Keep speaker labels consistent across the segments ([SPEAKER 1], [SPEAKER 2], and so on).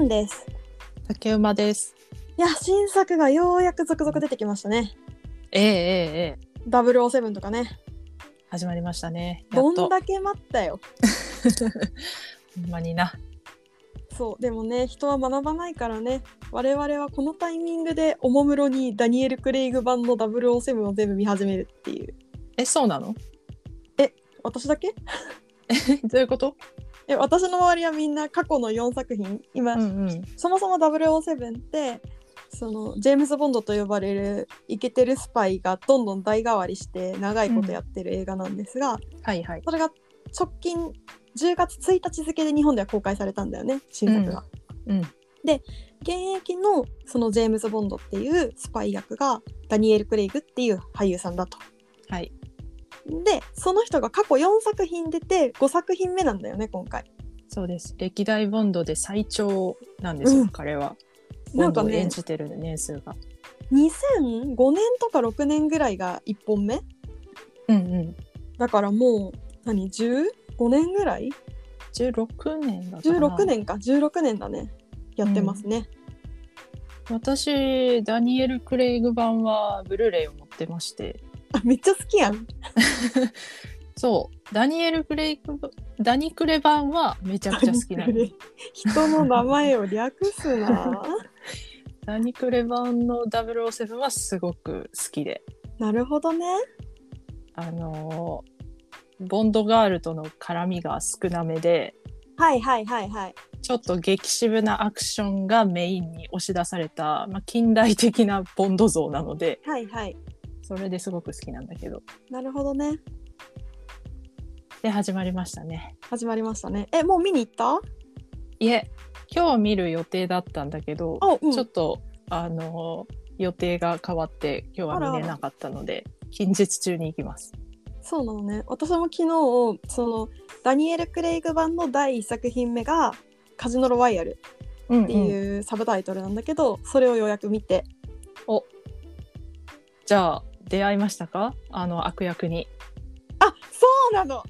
[SPEAKER 1] んです。
[SPEAKER 2] 竹馬です。
[SPEAKER 1] いや、新作がようやく続々出てきましたね。
[SPEAKER 2] ええええええ
[SPEAKER 1] 007とかね。
[SPEAKER 2] 始まりましたね。や
[SPEAKER 1] ど
[SPEAKER 2] っ
[SPEAKER 1] ん
[SPEAKER 2] と。
[SPEAKER 1] だけ待ったよ。
[SPEAKER 2] ほんまにな。
[SPEAKER 1] そう、でもね、人は学ばないからね。我々はこのタイミングでおもむろにダニエル・クレイグ版の007を全部見始めるっていう。
[SPEAKER 2] え、そうなの？
[SPEAKER 1] 私だけ
[SPEAKER 2] えどういうこと？
[SPEAKER 1] え、私の周りはみんな過去の4作品、今、
[SPEAKER 2] うんうん。
[SPEAKER 1] そもそも007ってそのジェームズ・ボンドと呼ばれるイケてるスパイがどんどん代替わりして長いことやってる映画なんですが、
[SPEAKER 2] はいはい。
[SPEAKER 1] それが直近10月1日付で日本では公開されたんだよね新作が。
[SPEAKER 2] うん。
[SPEAKER 1] 現役のそのジェームズ・ボンドっていうスパイ役がダニエル・クレイグっていう俳優さんだと。
[SPEAKER 2] はい。
[SPEAKER 1] でその人が過去4作品出て5作品目なんだよね今回。
[SPEAKER 2] そうです。歴代ボンドで最長なんですよ。
[SPEAKER 1] うん
[SPEAKER 2] 彼は。ボ
[SPEAKER 1] なん
[SPEAKER 2] ンド
[SPEAKER 1] か
[SPEAKER 2] を
[SPEAKER 1] ね
[SPEAKER 2] 演じてる年数が。
[SPEAKER 1] 2005年とか6年ぐらいが1本目
[SPEAKER 2] うんうん。
[SPEAKER 1] だからもう何15年ぐらい
[SPEAKER 2] 十六年だったかな。
[SPEAKER 1] 16。年か16年だねやってますね、
[SPEAKER 2] 私ダニエルクレイグ版はブルーレイを持ってまして。
[SPEAKER 1] あめっちゃ好きやん
[SPEAKER 2] そう。ダニエル・クレイク、ダニクレ版はめちゃくちゃ好きなの。
[SPEAKER 1] 人の名前を略すな
[SPEAKER 2] ダニクレ版の007はすごく好きで。
[SPEAKER 1] なるほどね
[SPEAKER 2] あのーボンドガールとの絡みが少なめで、
[SPEAKER 1] はいはいはいはい
[SPEAKER 2] ちょっと激渋なアクションがメインに押し出された、まあ、近代的なボンド像なので、
[SPEAKER 1] はいはい
[SPEAKER 2] それですごく好きなんだけど。
[SPEAKER 1] なるほどね
[SPEAKER 2] で、始まりましたね。
[SPEAKER 1] 始まりましたねえもう見に行った
[SPEAKER 2] いえ、今日見る予定だったんだけど、
[SPEAKER 1] あうん
[SPEAKER 2] ちょっと、あのー予定が変わって今日は見れなかったので近日中に行きます。
[SPEAKER 1] そうなのね私も昨日そのダニエル・クレイグ版の第1作品目が「カジノ・ロワイヤル」
[SPEAKER 2] うん
[SPEAKER 1] っていうサブタイトルなんだけど、それをようやく見て
[SPEAKER 2] じゃあ出会いましたかあの悪役に。
[SPEAKER 1] あそうなの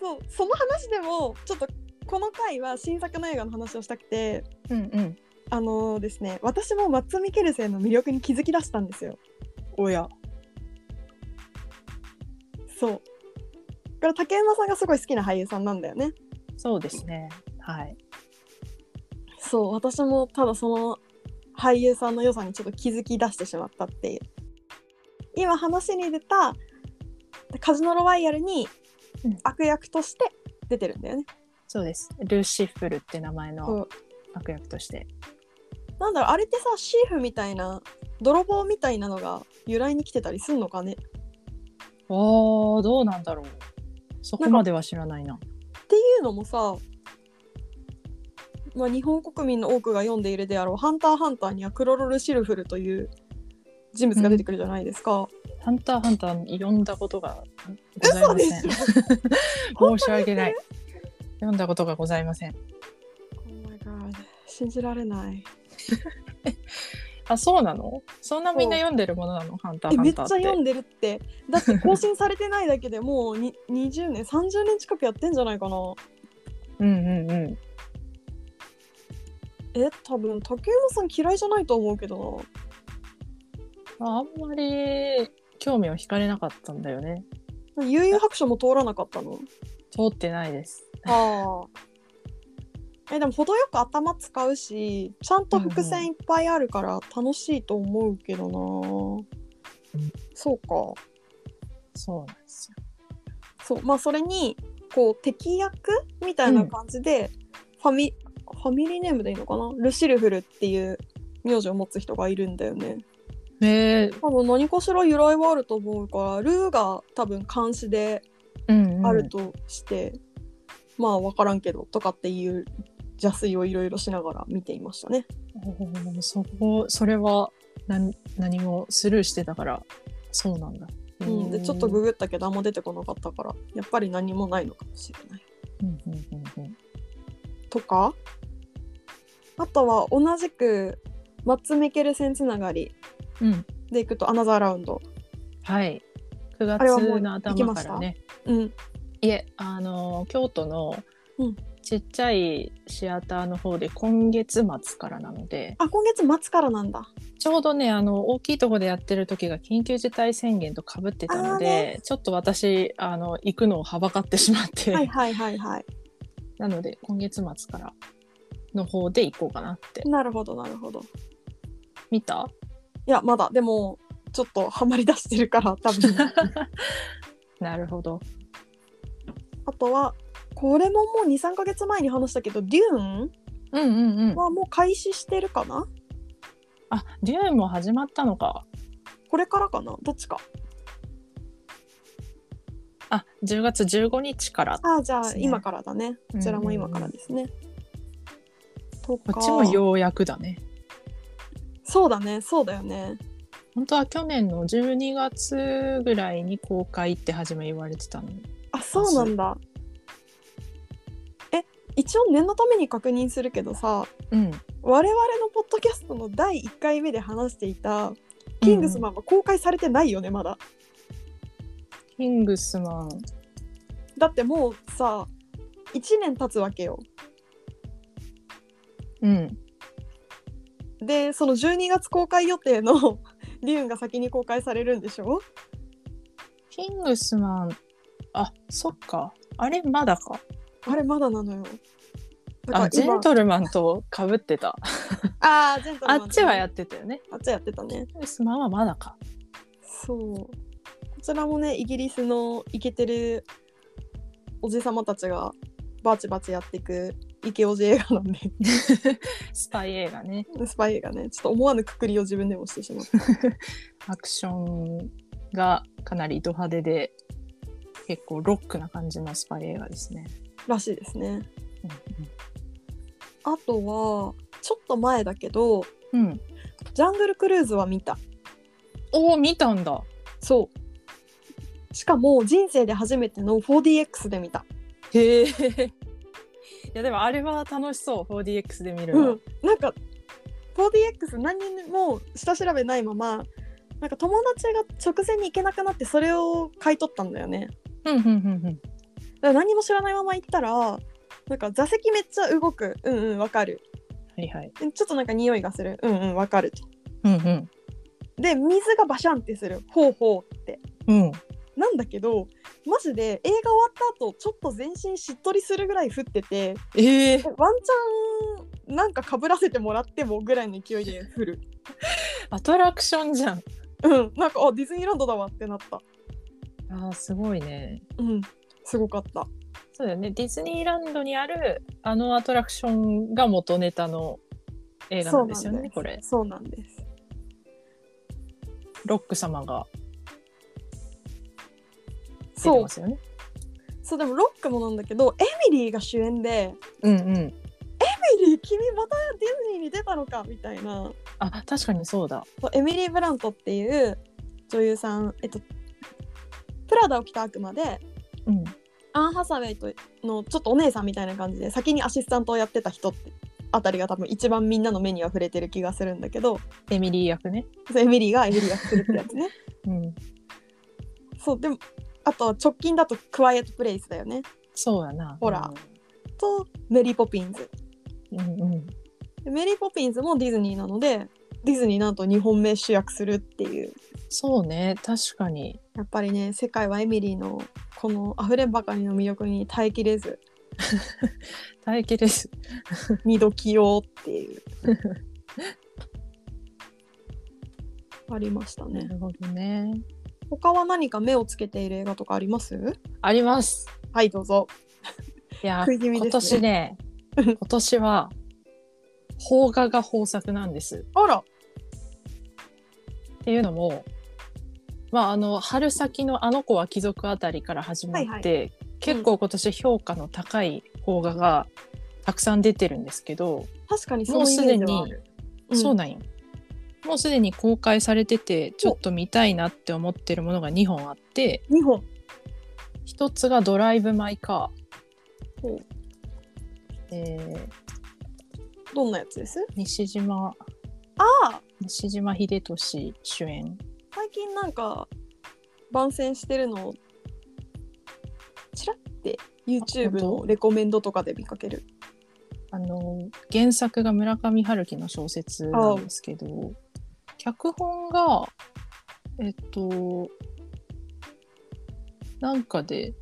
[SPEAKER 1] そうその話でもちょっとこの回は新作の映画の話をしたくて
[SPEAKER 2] うんうん。
[SPEAKER 1] あのですね私もマッツ・ミケルセンの魅力に気づき出したんですよ
[SPEAKER 2] おや。
[SPEAKER 1] そうこれ竹山さんがすごい好きな俳優さんなんだよね
[SPEAKER 2] そうですね。はい。
[SPEAKER 1] そう私もただその俳優さんの良さにちょっと気づき出してしまったっていう今話に出たカジノ・ロワイヤルに
[SPEAKER 2] うん
[SPEAKER 1] 悪役として出てるんだよね、
[SPEAKER 2] そうです。ルーシフルって名前
[SPEAKER 1] そう
[SPEAKER 2] の悪役として。
[SPEAKER 1] なんだろうあれってさシーフみたいな泥棒みたいなのが由来に来てたりすんのかねっ
[SPEAKER 2] おーどうなんだろう。そこまでは知らないな。
[SPEAKER 1] ていうのもさ、まあ、日本国民の多くが読んでいるであろう「ハンター×ハンター」にはクロロル・シルフルという人物が出てくるじゃないですか。
[SPEAKER 2] ハンターハンター読んだことがございません。申し訳ない。読んだことがございませ
[SPEAKER 1] Oh
[SPEAKER 2] ん。
[SPEAKER 1] my god 信じられない。
[SPEAKER 2] あ、そうなのそんなみんな読んでるものなのハンター
[SPEAKER 1] え
[SPEAKER 2] ハ
[SPEAKER 1] めっ
[SPEAKER 2] ン
[SPEAKER 1] ち
[SPEAKER 2] ター
[SPEAKER 1] ゃ
[SPEAKER 2] って。
[SPEAKER 1] 読んでるってだって更新されてないだけでもうに20年30年近くやってんじゃないかな。
[SPEAKER 2] うんうんうん。
[SPEAKER 1] え多分竹山さん嫌いじゃないと思うけどな。
[SPEAKER 2] ああんまり興味を惹かれなかったんだよね。
[SPEAKER 1] 悠々白書も通らなかった の
[SPEAKER 2] 通ってないです。
[SPEAKER 1] ああ。えでも程よく頭使うしちゃんと伏線いっぱいあるから楽しいと思うけどな、そうか
[SPEAKER 2] そうなんですよ。
[SPEAKER 1] そうまあそれにこう敵役みたいな感じで、ファミファミリーネームでいいのかなルシルフルっていう名字を持つ人がいるんだよね
[SPEAKER 2] へえ
[SPEAKER 1] 多分何かしら由来はあると思うからルーが多分監視で
[SPEAKER 2] うんうん、
[SPEAKER 1] あるとして、まあ分からんけどとかっていう邪推をいろいろしながら見ていましたね。
[SPEAKER 2] おーそこそれは何何もスルーしてたからそうなんだ。
[SPEAKER 1] うん、でちょっと
[SPEAKER 2] グ
[SPEAKER 1] ググったけど何も出てこなかったからやっぱり何もないのかもしれない。
[SPEAKER 2] うんうんうんうん
[SPEAKER 1] とかあとは同じくマッツ・メケルセンつながり
[SPEAKER 2] うん、
[SPEAKER 1] でいくと「アナザーラウンド
[SPEAKER 2] はい9
[SPEAKER 1] あれはも
[SPEAKER 2] 月
[SPEAKER 1] う
[SPEAKER 2] の
[SPEAKER 1] 行き
[SPEAKER 2] 頭
[SPEAKER 1] ま
[SPEAKER 2] か
[SPEAKER 1] した
[SPEAKER 2] らね」
[SPEAKER 1] うん、
[SPEAKER 2] いえあの京都の
[SPEAKER 1] うん
[SPEAKER 2] ちっちゃいシアターの方で今月末からなので
[SPEAKER 1] あ今月末からなんだ
[SPEAKER 2] ちょうどねあの大きいとこでやってる時が緊急事態宣言とかぶってたので、
[SPEAKER 1] あー
[SPEAKER 2] ちょっと私あの行くのをはばかってしまって、
[SPEAKER 1] はいはいはいはい
[SPEAKER 2] なので今月末からの方で行こうかなって
[SPEAKER 1] なるほどなるほど
[SPEAKER 2] 見た
[SPEAKER 1] いやまだでもちょっとハマり出してる から多分
[SPEAKER 2] なるほど
[SPEAKER 1] あとはこれももう23ヶ月前に話したけどデュー
[SPEAKER 2] うんうんうん
[SPEAKER 1] ンはもう開始してるかな
[SPEAKER 2] あデュエンも始まったのか
[SPEAKER 1] これからかなどっちか
[SPEAKER 2] あ10月15日から
[SPEAKER 1] ああじゃ
[SPEAKER 2] で
[SPEAKER 1] あ
[SPEAKER 2] すね
[SPEAKER 1] 今からだねこちらも今からですね、と
[SPEAKER 2] こ
[SPEAKER 1] か
[SPEAKER 2] っちもようやくだね
[SPEAKER 1] そうだねそうだよね
[SPEAKER 2] 本当は去年の12月ぐらいに公開って初め言われてたの
[SPEAKER 1] あそうなんだえ一応念のために確認するけどさ
[SPEAKER 2] うん
[SPEAKER 1] 我々のポッドキャストの第1回目で話していた「キングスマン」は公開されてないよねまだ
[SPEAKER 2] キングスマン
[SPEAKER 1] だってもうさ1年経つわけよ
[SPEAKER 2] うん
[SPEAKER 1] でその12月公開予定の デューンが先に公開されるんでしょ
[SPEAKER 2] キングスマンあそっかあれまだか
[SPEAKER 1] あれまだなのよだ
[SPEAKER 2] あ
[SPEAKER 1] から
[SPEAKER 2] ジェ
[SPEAKER 1] 今
[SPEAKER 2] ントルマンとかぶってた
[SPEAKER 1] あージェントル
[SPEAKER 2] あ
[SPEAKER 1] マン
[SPEAKER 2] っちはやってたよね
[SPEAKER 1] あっちはやってたね
[SPEAKER 2] キングスマンはまだ か
[SPEAKER 1] そうこちらもねイギリスのイケてるおじさまたちがバチバチやっていくイケおじ映画なんで
[SPEAKER 2] スパイ映画ね
[SPEAKER 1] スパイ映画ねちょっと思わぬくくりを自分でもしてしまった
[SPEAKER 2] アクションがかなりド派手で結構ロックな感じのスパイ映画ですね。
[SPEAKER 1] らしいですね
[SPEAKER 2] うん
[SPEAKER 1] あとはちょっと前だけど
[SPEAKER 2] うんうん、
[SPEAKER 1] ジャングルクルーズは見た
[SPEAKER 2] おお見たんだ
[SPEAKER 1] そうしかも人生で初めての 4DX で見た、
[SPEAKER 2] へえ。いやでもあれは楽しそう 4DX で見る
[SPEAKER 1] う
[SPEAKER 2] の。
[SPEAKER 1] ん、なんか 4DX 何にも下調べないままなんか友達が直前に行けなくなってそれを買い取ったんだよね
[SPEAKER 2] うんうんうん
[SPEAKER 1] だから何も知らないまま行ったらなんか座席めっちゃ動くうんうんわかる
[SPEAKER 2] うん。はいはい。
[SPEAKER 1] でちょっとなんか匂いがするうんうんわかると
[SPEAKER 2] うんうん。
[SPEAKER 1] で水がバシャンってするほうほうって
[SPEAKER 2] うん、
[SPEAKER 1] なんだけどマジで映画終わった後ちょっと全身しっとりするぐらい降ってて
[SPEAKER 2] ええ
[SPEAKER 1] ワンチャンなんか被らせてもらってもぐらいの勢いで降る。
[SPEAKER 2] アトラクションじゃん。
[SPEAKER 1] うん、なんかあディズニーランドだわってなった。
[SPEAKER 2] あーすごいね。
[SPEAKER 1] うん、すごかった。
[SPEAKER 2] そうだよねディズニーランドにあるあのアトラクションが元ネタの映画なんですよねこれ。
[SPEAKER 1] そうなんです。
[SPEAKER 2] ロック様が出て
[SPEAKER 1] そう
[SPEAKER 2] ま、すよね。
[SPEAKER 1] そうでもロックもなんだけど、エミリーが主演で、
[SPEAKER 2] うんうん。
[SPEAKER 1] エミリー君またディズニーに出たのかみたいな。
[SPEAKER 2] あ確かにそうだ。
[SPEAKER 1] そうエミリー・ブラントっていう女優さん、えっとプラダを着た悪魔で。
[SPEAKER 2] うん。
[SPEAKER 1] アン・ハサウェイとのちょっとお姉さんみたいな感じで先にアシスタントをやってた人ってあたりが多分一番みんなの目には触れてる気がするんだけど
[SPEAKER 2] エミリー役ね。
[SPEAKER 1] そうエミリーがエミリーがするってやつね
[SPEAKER 2] うん。
[SPEAKER 1] そうでもあとは直近だと「クワイエット・プレイス」だよね
[SPEAKER 2] そうやな。
[SPEAKER 1] ほらと「メリー・ポピンズ
[SPEAKER 2] うん。うんうん。」
[SPEAKER 1] でメリー・ポピンズもディズニーなのでディズニーなんと2本目主役するっていう
[SPEAKER 2] そうね。確かに。
[SPEAKER 1] やっぱりね世界はエミリーのこのあふれんばかりの魅力に耐えきれず
[SPEAKER 2] 大気です。
[SPEAKER 1] 二度起用っていうありましたね
[SPEAKER 2] なるほどね。
[SPEAKER 1] 他は何か目をつけている映画とかあります
[SPEAKER 2] あります。
[SPEAKER 1] はいどうぞ
[SPEAKER 2] いや、
[SPEAKER 1] 食い気味
[SPEAKER 2] 今
[SPEAKER 1] です
[SPEAKER 2] 年
[SPEAKER 1] ね
[SPEAKER 2] ね、今年は、邦画が豊作なんです。
[SPEAKER 1] あら
[SPEAKER 2] っていうのも、まあ、あの、春先のあの子は貴族あたりから始まって、
[SPEAKER 1] はい
[SPEAKER 2] 結構今年評価の高い邦画がたくさん出てるんですけど、
[SPEAKER 1] 確かにそのイメージはある
[SPEAKER 2] そう
[SPEAKER 1] だ
[SPEAKER 2] なんよ。もうすでに公開されてて、ちょっと見たいなって思ってるものが2本あって、
[SPEAKER 1] 2本
[SPEAKER 2] 一つがドライブ・マイ・カ
[SPEAKER 1] ほ
[SPEAKER 2] ー
[SPEAKER 1] う。
[SPEAKER 2] えー、
[SPEAKER 1] どんなやつです
[SPEAKER 2] 西島、
[SPEAKER 1] ああ
[SPEAKER 2] 西島秀俊主演。
[SPEAKER 1] 最近なんか番宣してるのをチラッてて YouTube
[SPEAKER 2] 本
[SPEAKER 1] のレコメンドとかで見かける
[SPEAKER 2] あの原作が村上春樹の小説なんですけど脚本がえっとなんかで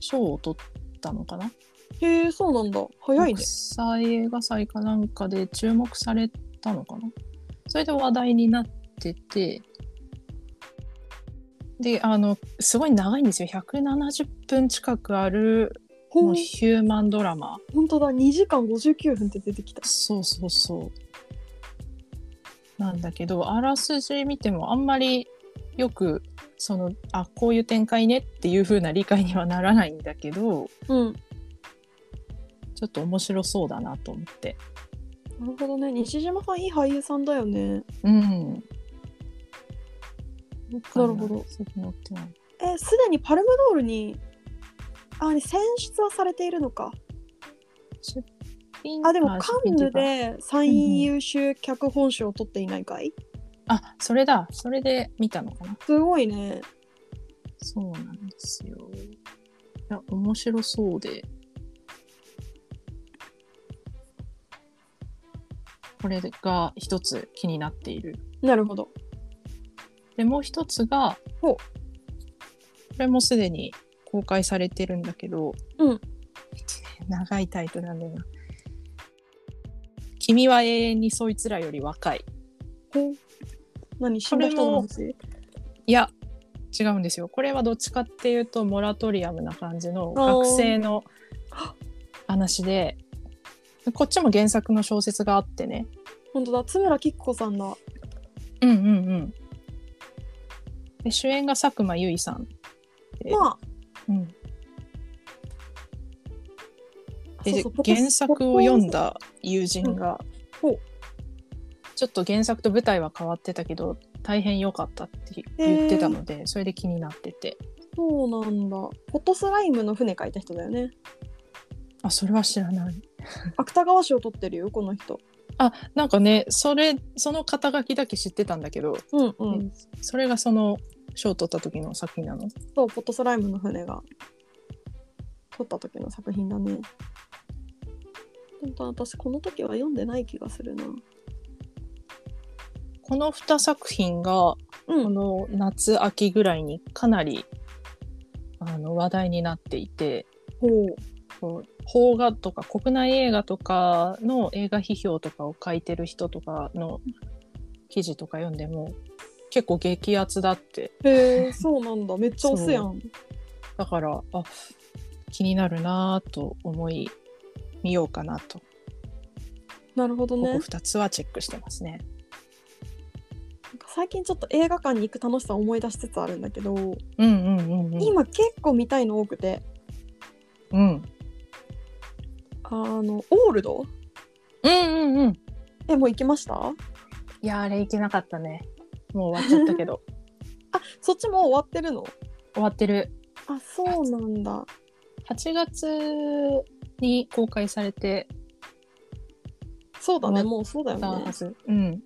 [SPEAKER 2] 賞を取ったのかな
[SPEAKER 1] へえそうなんだ早いね
[SPEAKER 2] 国際映画祭かなんかで注目されたのかなそれで話題になっててであのすごい長いんですよ170分近くあるも
[SPEAKER 1] ほ
[SPEAKER 2] うんヒューマンドラマ
[SPEAKER 1] ほんとだ2時間59分って出てきた
[SPEAKER 2] そうそうそうなんだけどあらすじ見てもあんまりよくそのあこういう展開ねっていう風な理解にはならないんだけど
[SPEAKER 1] うん
[SPEAKER 2] ちょっと面白そうだなと思って
[SPEAKER 1] なるほどね西島さんいい俳優さんだよね
[SPEAKER 2] うん。
[SPEAKER 1] なるほど
[SPEAKER 2] そこ乗ってない
[SPEAKER 1] えすでにパルムドールにあ選出はされているのかあでもカンヌ。で参院優秀脚本賞を取っていないかい、
[SPEAKER 2] あ、それだ。それで見たのかな。
[SPEAKER 1] すごいね
[SPEAKER 2] そうなんですよ。いや、面白そうで。これが一つ気になっている。
[SPEAKER 1] なるほど
[SPEAKER 2] で、もう一つが、
[SPEAKER 1] ほう
[SPEAKER 2] これもすでに公開されてるんだけど、
[SPEAKER 1] うん。
[SPEAKER 2] 長いタイトルなんだよな。君は永遠にそいつらより若い。
[SPEAKER 1] ほう何死んだ人の話
[SPEAKER 2] いや、違うんですよ。これはどっちかっていうと、モラトリアムな感じの学生の話で、こっちも原作の小説があってね。
[SPEAKER 1] 本当だ津村きっこさんだ
[SPEAKER 2] うんうんうん。で主演が佐久間由衣さん。え
[SPEAKER 1] ま
[SPEAKER 2] うん、
[SPEAKER 1] あ
[SPEAKER 2] で
[SPEAKER 1] そうそうポップ
[SPEAKER 2] 原作を読んだ友人が、
[SPEAKER 1] うんほう
[SPEAKER 2] ちょっと原作と舞台は変わってたけど大変良かったって言ってたので、それで気になってて
[SPEAKER 1] そうなんだポットスライムの船書いた人だよね
[SPEAKER 2] あそれは知らない
[SPEAKER 1] 芥川賞取ってるよこの人
[SPEAKER 2] あなんかねそれその肩書きだけ知ってたんだけど、
[SPEAKER 1] うんうん
[SPEAKER 2] それがその賞を取った時の作品なの
[SPEAKER 1] そうポットスライムの船が撮った時の作品だね本当私この時は読んでない気がするな
[SPEAKER 2] この2作品が
[SPEAKER 1] う
[SPEAKER 2] こ
[SPEAKER 1] ん
[SPEAKER 2] の夏秋ぐらいにかなりあの話題になっていて
[SPEAKER 1] ほう
[SPEAKER 2] こう邦画とか国内映画とかの映画批評とかを書いてる人とかの記事とか読んでも結構激アツだって
[SPEAKER 1] へえそうなんだめっちゃ押すやん
[SPEAKER 2] だからあ気になるなぁと思い見ようかなとこ
[SPEAKER 1] なるほど
[SPEAKER 2] こ
[SPEAKER 1] ね
[SPEAKER 2] 2つはチェックしてますね。
[SPEAKER 1] なんか最近ちょっと映画館に行く楽しさを思い出しつつあるんだけど、
[SPEAKER 2] うんうんうんうん
[SPEAKER 1] 今結構見たいの多くて
[SPEAKER 2] うん
[SPEAKER 1] あのオールド
[SPEAKER 2] うんうんうん
[SPEAKER 1] えもう行きました
[SPEAKER 2] いやあれいけなかったねもう終わっちゃったけ ど
[SPEAKER 1] あそっちもう終わってるの
[SPEAKER 2] 終わってる
[SPEAKER 1] あそうなんだ
[SPEAKER 2] 8月に公開されて
[SPEAKER 1] そうだね
[SPEAKER 2] 終わ
[SPEAKER 1] もうそうだよ
[SPEAKER 2] たは
[SPEAKER 1] ね
[SPEAKER 2] ず、うん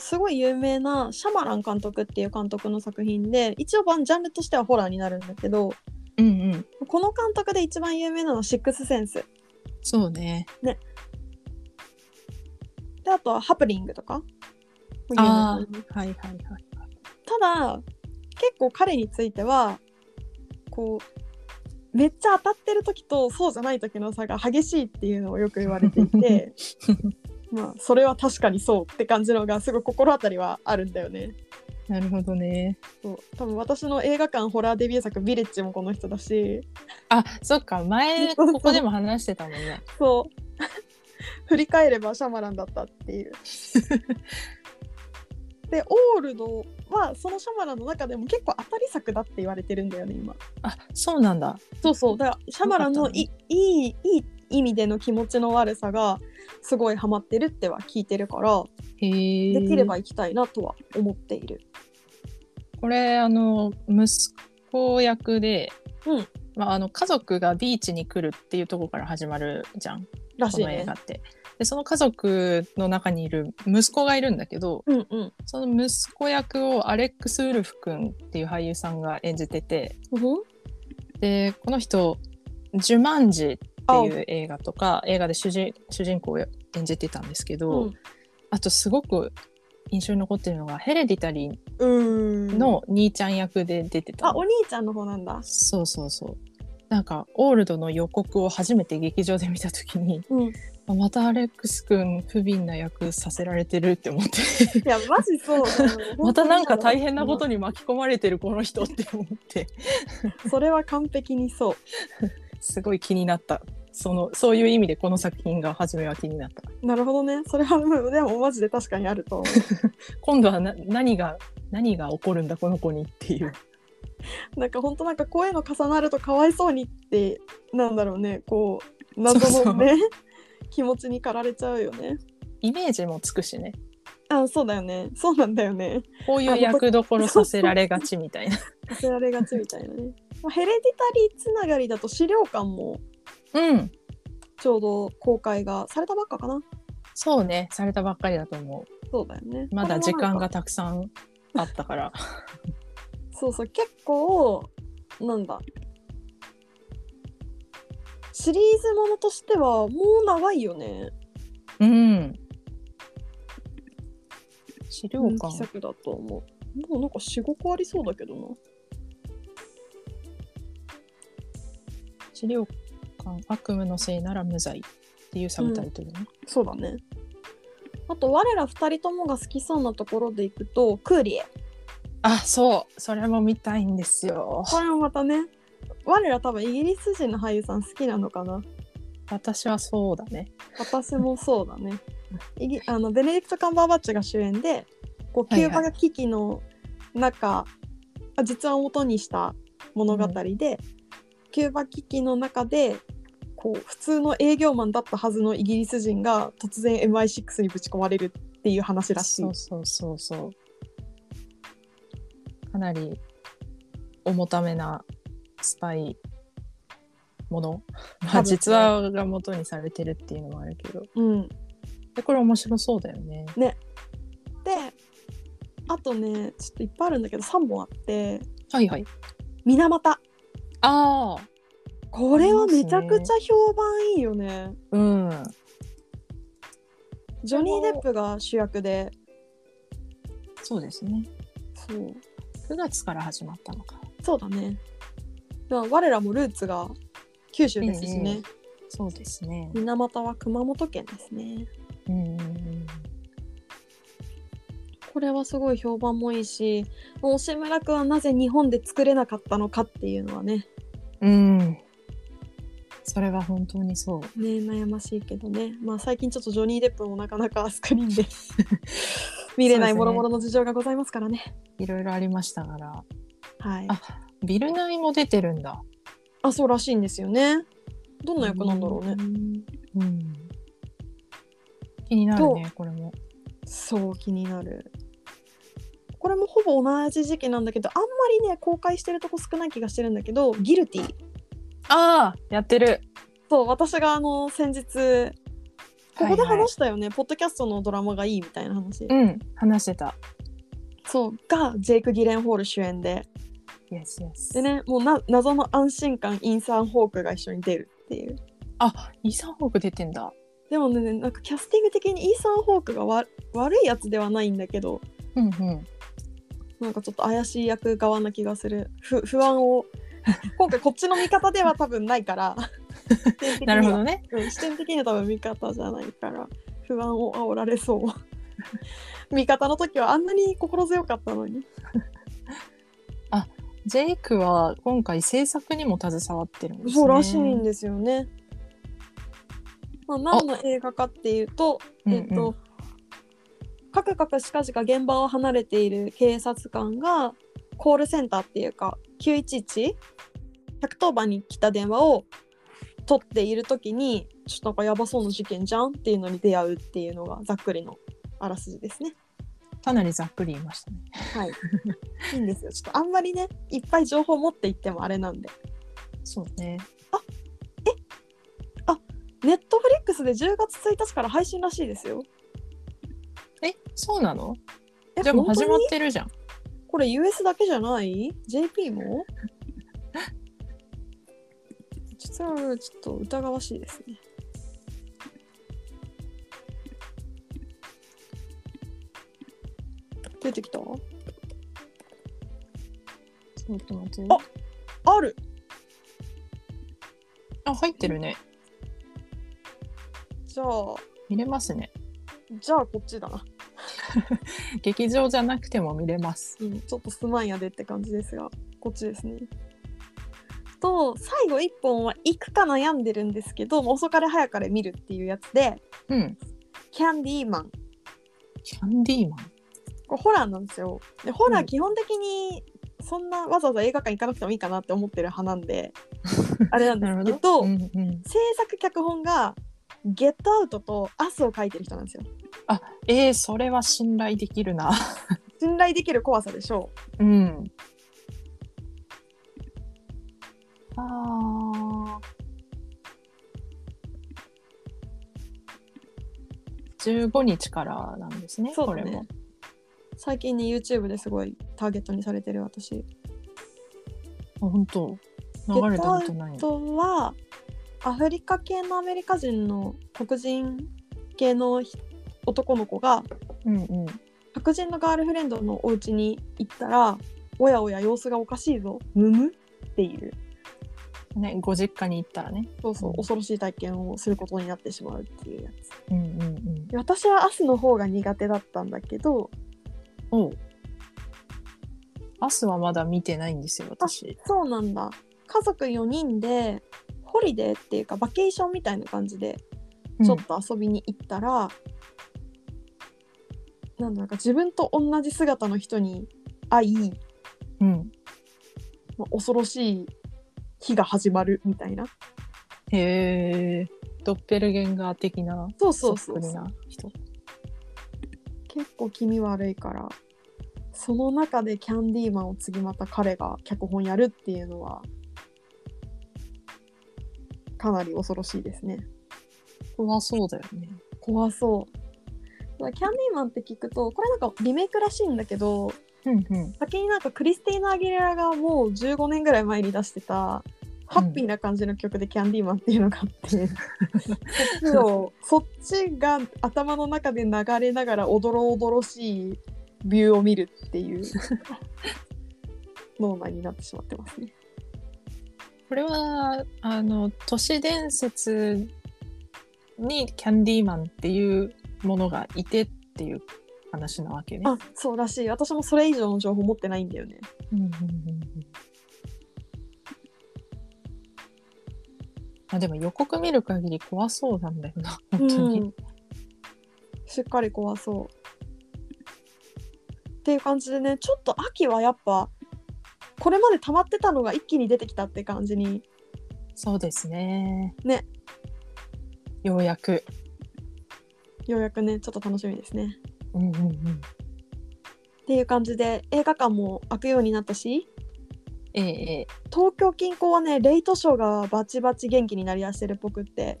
[SPEAKER 1] すごい有名なシャマラン監督っていう監督の作品で一応ジャンルとしてはホラーになるんだけど
[SPEAKER 2] うんうん
[SPEAKER 1] この監督で一番有名なのは「シックスセンス
[SPEAKER 2] そうね」
[SPEAKER 1] であとは「ハプニング」とか有名
[SPEAKER 2] あ
[SPEAKER 1] な
[SPEAKER 2] あ、はいはいはい。
[SPEAKER 1] ただ結構彼についてはこうめっちゃ当たってる時とそうじゃない時の差が激しいっていうのをよく言われていてまあそれは確かにそうって感じのがすごい心当たりはあるんだよね。
[SPEAKER 2] なるほどね。
[SPEAKER 1] そう多分私の映画館ホラーデビュー作「ヴィレッジ」もこの人だし
[SPEAKER 2] あ、そっか、前、
[SPEAKER 1] そうそう
[SPEAKER 2] ここでも話してたもんね。
[SPEAKER 1] そう 振り返ればシャマランだったっていう。でオールドはそのシャマランの中でも結構当たり作だって言われてるんだよね今。
[SPEAKER 2] あ、そうなんだ。
[SPEAKER 1] そうそうだからシャマランのい,、
[SPEAKER 2] よ
[SPEAKER 1] いいいい意味での気持ちの悪さがすごいハマってるっては聞いてるから
[SPEAKER 2] へえ。
[SPEAKER 1] できれば。行きたいなとは思っている。
[SPEAKER 2] これ、あの、息子役で、
[SPEAKER 1] うん。
[SPEAKER 2] まあ、あの家族がビーチに来るっていうところから始まるじゃん
[SPEAKER 1] ら
[SPEAKER 2] こ
[SPEAKER 1] しい
[SPEAKER 2] の映
[SPEAKER 1] ね
[SPEAKER 2] 画。って。でその家族の中にいる息子がいるんだけど
[SPEAKER 1] うんうん
[SPEAKER 2] その息子役をアレックス・ウルフ君っていう俳優さんが演じてて
[SPEAKER 1] うん
[SPEAKER 2] でこの人ジュマンジ」っていう映画とか映画で主人主人公を演じてたんですけど、
[SPEAKER 1] うん
[SPEAKER 2] あとすごく印象に残ってるのが「ヘレディタリー
[SPEAKER 1] う」ーん。
[SPEAKER 2] の兄ちゃん役で出てた、
[SPEAKER 1] あ、お兄ちゃんの方なんだ。
[SPEAKER 2] そうそうそうなんかオールドの予告を初めて劇場で見た時に
[SPEAKER 1] うん。い
[SPEAKER 2] あまたアレックス君不憫な役させられてるって思っ て
[SPEAKER 1] や、マジ そうなのよ。
[SPEAKER 2] またなんか大変なこと
[SPEAKER 1] に。
[SPEAKER 2] に巻き込まれてるこの人って思って
[SPEAKER 1] それは完璧にそう。
[SPEAKER 2] すごい気になったそのそういう意味でこの作品が初めは気になった
[SPEAKER 1] なるほどね。それはうんでもマジで確かにあると思
[SPEAKER 2] 今度はな何が何が起こるんだこの子にっていう
[SPEAKER 1] う。なんか本当なんかこういうの重なるとかわいそうにってなんだろうね。こう謎のね 気持ちに駆られちゃうよね。
[SPEAKER 2] イメージもつくしね
[SPEAKER 1] あ、そうだよね。そうなんだよね。
[SPEAKER 2] こういう役どころさせられがちみたいな
[SPEAKER 1] させられがちみたいなね。 まあ、ヘレディタリーつながりだと資料館も
[SPEAKER 2] うん
[SPEAKER 1] ちょうど公開がされたばっかかな。
[SPEAKER 2] そうねされたばっかりだと思
[SPEAKER 1] そうだよね。
[SPEAKER 2] うまだ
[SPEAKER 1] これ
[SPEAKER 2] 時
[SPEAKER 1] もなん
[SPEAKER 2] 間
[SPEAKER 1] か
[SPEAKER 2] がたくさんあったから
[SPEAKER 1] そうそう結構なんだシリーズものとしてはもう長いよね
[SPEAKER 2] うん資料
[SPEAKER 1] 人気
[SPEAKER 2] 館
[SPEAKER 1] 作だと思うもうなんか45個ありそうだけどな
[SPEAKER 2] 資料館悪夢のせいなら無罪っていうサブタイトルね、
[SPEAKER 1] そうだねあと我ら2人ともが好きそうなところでいくとクーリエ
[SPEAKER 2] あそうそれも見たいんですよ
[SPEAKER 1] これもまたね我ら多分イギリス人の俳優さん好きなのかな
[SPEAKER 2] 私はそうだね
[SPEAKER 1] 私もそうだ ねイギあのベネディクト・カンバーバッチが主演でこうキ
[SPEAKER 2] はい
[SPEAKER 1] ュ
[SPEAKER 2] はい
[SPEAKER 1] ーバが危機の中、あ実話を元にした物語で、キューバ危機の中でこう普通の営業マンだったはずのイギリス人が突然 MI6 にぶち込まれるっていう話らしい
[SPEAKER 2] そうそうそうそうかなり重ためなスパイも の、ま
[SPEAKER 1] 多分
[SPEAKER 2] あ、
[SPEAKER 1] ね
[SPEAKER 2] 実話が元にされてるっていうのもあるけど
[SPEAKER 1] うん、
[SPEAKER 2] でこれ面白そうだよね
[SPEAKER 1] であとねちょっといっぱいあるんだけど3本あって
[SPEAKER 2] はいはい
[SPEAKER 1] 水俣
[SPEAKER 2] ああ
[SPEAKER 1] これはめちゃくちゃ評判いいよね
[SPEAKER 2] うん
[SPEAKER 1] ジョニー・デップが主役で
[SPEAKER 2] そうですね
[SPEAKER 1] そう
[SPEAKER 2] 9月から始まったのか
[SPEAKER 1] そうだね。まあ、我らもルーツが九州ですし
[SPEAKER 2] うんう
[SPEAKER 1] ね
[SPEAKER 2] ん。そうですね
[SPEAKER 1] 水俣は熊本県ですね。
[SPEAKER 2] うんうんうん
[SPEAKER 1] これはすごい評判もいいし、もう押村君はなぜ日本で作れなかったのかっていうのはね、
[SPEAKER 2] うんそれは本当にそう
[SPEAKER 1] ね悩ましいけどね。まあ最近ちょっとジョニー・デップもなかなかスクリー ンで 見れない
[SPEAKER 2] そうですね
[SPEAKER 1] 諸々の事情がございますからね。
[SPEAKER 2] いろいろありましたから
[SPEAKER 1] はい。あ
[SPEAKER 2] あビルナイも出てるんだ
[SPEAKER 1] そうらしいんですよね。どんな役なんだろうね。
[SPEAKER 2] うん。うん気になるね、これも。
[SPEAKER 1] そう気になる。これもほぼ同じ時期なんだけどあんまりね公開してるとこ少ない気がしてるんだけど「ギルティー
[SPEAKER 2] ああ、やってる。」
[SPEAKER 1] そう私があの先日ここで
[SPEAKER 2] はいはい
[SPEAKER 1] 話したよね、ポッドキャストのドラマがいいみたいな話、
[SPEAKER 2] うん、話してた。
[SPEAKER 1] そうがジェイク・ギレンホール主演で
[SPEAKER 2] イエスイエス。
[SPEAKER 1] で。ねもうな謎の安心感インサン・ホークが一緒に出るっていう
[SPEAKER 2] あ、イーサンホーク出てんだ。
[SPEAKER 1] でもねなんかキャスティング的にイーサン・ホークがわ悪いやつではないんだけど
[SPEAKER 2] うんうん。
[SPEAKER 1] なんかちょっと怪しい役側な気がする不不安を今回こっちの味方では多分ないから
[SPEAKER 2] なるほどね。
[SPEAKER 1] うん視点的には多分味方じゃないから不安を煽られそう味方の時はあんなに心強かったのに
[SPEAKER 2] ジェイクは今回制作にも携わってるんです、ね。
[SPEAKER 1] そうらしいんですよね、まあ、何の映画かっていうと
[SPEAKER 2] うん
[SPEAKER 1] えっと、カクカクしかじか現場を離れている警察官がコールセンターっていうか91110番に来た電話を取っている時にちょっとなんかやばそうな事件じゃんっていうのに出会うっていうのがざっくりのあらすじですね。
[SPEAKER 2] かなりざっくり言いましたね。
[SPEAKER 1] はい、いいんですよちょっとあんまりねいっぱい情報持っていってもあれなんで
[SPEAKER 2] そうね。
[SPEAKER 1] ネットフリックスで10月1日から配信らしいですよ。
[SPEAKER 2] え、そうなの
[SPEAKER 1] え
[SPEAKER 2] じゃあもう
[SPEAKER 1] 本当
[SPEAKER 2] 始
[SPEAKER 1] に
[SPEAKER 2] まってるじゃん。
[SPEAKER 1] これ US だけじゃない ?JP もちょっとそれはちょっと疑わしいですね。出てきた
[SPEAKER 2] ちょっと待ってよ
[SPEAKER 1] あある
[SPEAKER 2] あ、入ってるね。
[SPEAKER 1] じゃあ、
[SPEAKER 2] 見れますね。
[SPEAKER 1] じゃあこっちだな。
[SPEAKER 2] 劇場じゃなくても見れます。
[SPEAKER 1] うん、ちょっとすまんやでって感じですが、こっちですね。と、最後一本は行くか悩んでるんですけど、遅かれ早かれ見るっていうやつで、
[SPEAKER 2] うん。
[SPEAKER 1] キャンディーマン。
[SPEAKER 2] キャンディーマン。
[SPEAKER 1] これホラーなんですよ。で、ホラ
[SPEAKER 2] う
[SPEAKER 1] ー
[SPEAKER 2] ん
[SPEAKER 1] 基本的にそんなわざわざ映画館行かなくてもいいかなって思ってる派なん で、あれなんですけど、
[SPEAKER 2] うんうん、
[SPEAKER 1] 制作脚本がゲットアウトとアスを書いてる人なんですよ。
[SPEAKER 2] えー、それは信頼できるな。
[SPEAKER 1] 信頼できる怖さでしょ
[SPEAKER 2] うん。ああ。15日からなんですね、
[SPEAKER 1] そう
[SPEAKER 2] こ
[SPEAKER 1] だね
[SPEAKER 2] れも。
[SPEAKER 1] う。最近に YouTube ですごいターゲットにされてる私。
[SPEAKER 2] あ、本当流れたことない
[SPEAKER 1] あ
[SPEAKER 2] な。
[SPEAKER 1] とはアフリカ系のアメリカ人の黒人系のひ男の子が
[SPEAKER 2] うんうん。
[SPEAKER 1] 白人のガールフレンドのお家に行ったらおやおや様子がおかしいぞむむっていう
[SPEAKER 2] ね、ご実家に行ったらね。
[SPEAKER 1] そうそう
[SPEAKER 2] うん
[SPEAKER 1] 恐ろしい体験をすることになってしまうっていうやつ
[SPEAKER 2] うんうんうん。
[SPEAKER 1] で私は明日の方が苦手だったんだけど
[SPEAKER 2] おう。明日はまだ見てないんですよ、私。
[SPEAKER 1] そうなんだ家族4人でホリデーっていうかバケーションみたいな感じでちょっと遊びに行ったら、なんだか自分と同じ姿の人に会い、
[SPEAKER 2] うん。うん
[SPEAKER 1] まあ、恐ろしい日が始まるみたいな
[SPEAKER 2] へえ。ドッペルゲンガー的な、
[SPEAKER 1] そうそうそう
[SPEAKER 2] っくりな人。
[SPEAKER 1] 結構気味悪いからその中でキャンディーマンを次また彼が脚本やるっていうのはかなり恐ろしいですね
[SPEAKER 2] 怖そうだよね。
[SPEAKER 1] 怖そうだからキャンディーマンって聞くとこれなんかリメイクらしいんだけど
[SPEAKER 2] うんうん。
[SPEAKER 1] 先になんかクリスティーナ・アギレラがもう15年ぐらい前に出してたハッピーな感じの曲で「キャンディーマン」っていうのがあって、そっちをそっちが頭の中で流れながらおどろおどろしいビューを見るって いう脳内になってしまってますね。
[SPEAKER 2] これは、あの、都市伝説にキャンディーマンっていうものがいてっていう話なわけね。
[SPEAKER 1] あそうらしい私もそれ以上の情報持ってないんだよね。
[SPEAKER 2] うんうんうんうんあでも予告見る限り怖そうなんだよな、本当に。
[SPEAKER 1] うんしっかり怖そう。っていう感じでねちょっと秋はやっぱこれまで溜まってたのが一気に出てきたって感じに
[SPEAKER 2] そうですね。
[SPEAKER 1] ね。
[SPEAKER 2] ようやく。
[SPEAKER 1] ようやくねちょっと楽しみですね。
[SPEAKER 2] うんうんう
[SPEAKER 1] っ
[SPEAKER 2] ん。
[SPEAKER 1] ていう感じで映画館も開くようになったし
[SPEAKER 2] ええええ。
[SPEAKER 1] 東京近郊はねレイトショーがバチバチ元気になりだしてるっぽくって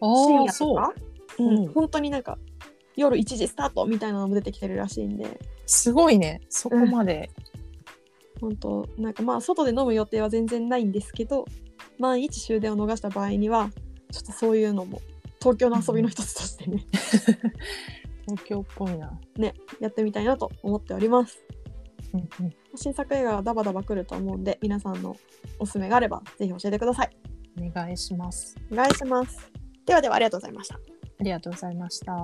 [SPEAKER 1] 深
[SPEAKER 2] ああ、
[SPEAKER 1] 夜と
[SPEAKER 2] そう。
[SPEAKER 1] かう、ん
[SPEAKER 2] うん
[SPEAKER 1] 本当になんか夜1時スタートみたいなのも出てきてるらしいんです
[SPEAKER 2] ごいね。そこまで。
[SPEAKER 1] 本当なんかまあ外で飲む予定は全然ないんですけど万一終電を逃した場合にはちょっとそういうのも東京の遊びの一つとしてね
[SPEAKER 2] 東京っぽいな。
[SPEAKER 1] やってみたいなと思っております。
[SPEAKER 2] うんうん。
[SPEAKER 1] 新作映画がダバダバ来ると思うんで皆さんのおすすめがあればぜひ教えてください。
[SPEAKER 2] お願いします。
[SPEAKER 1] お願いします。ではではありがとうございました。
[SPEAKER 2] ありがとうございました。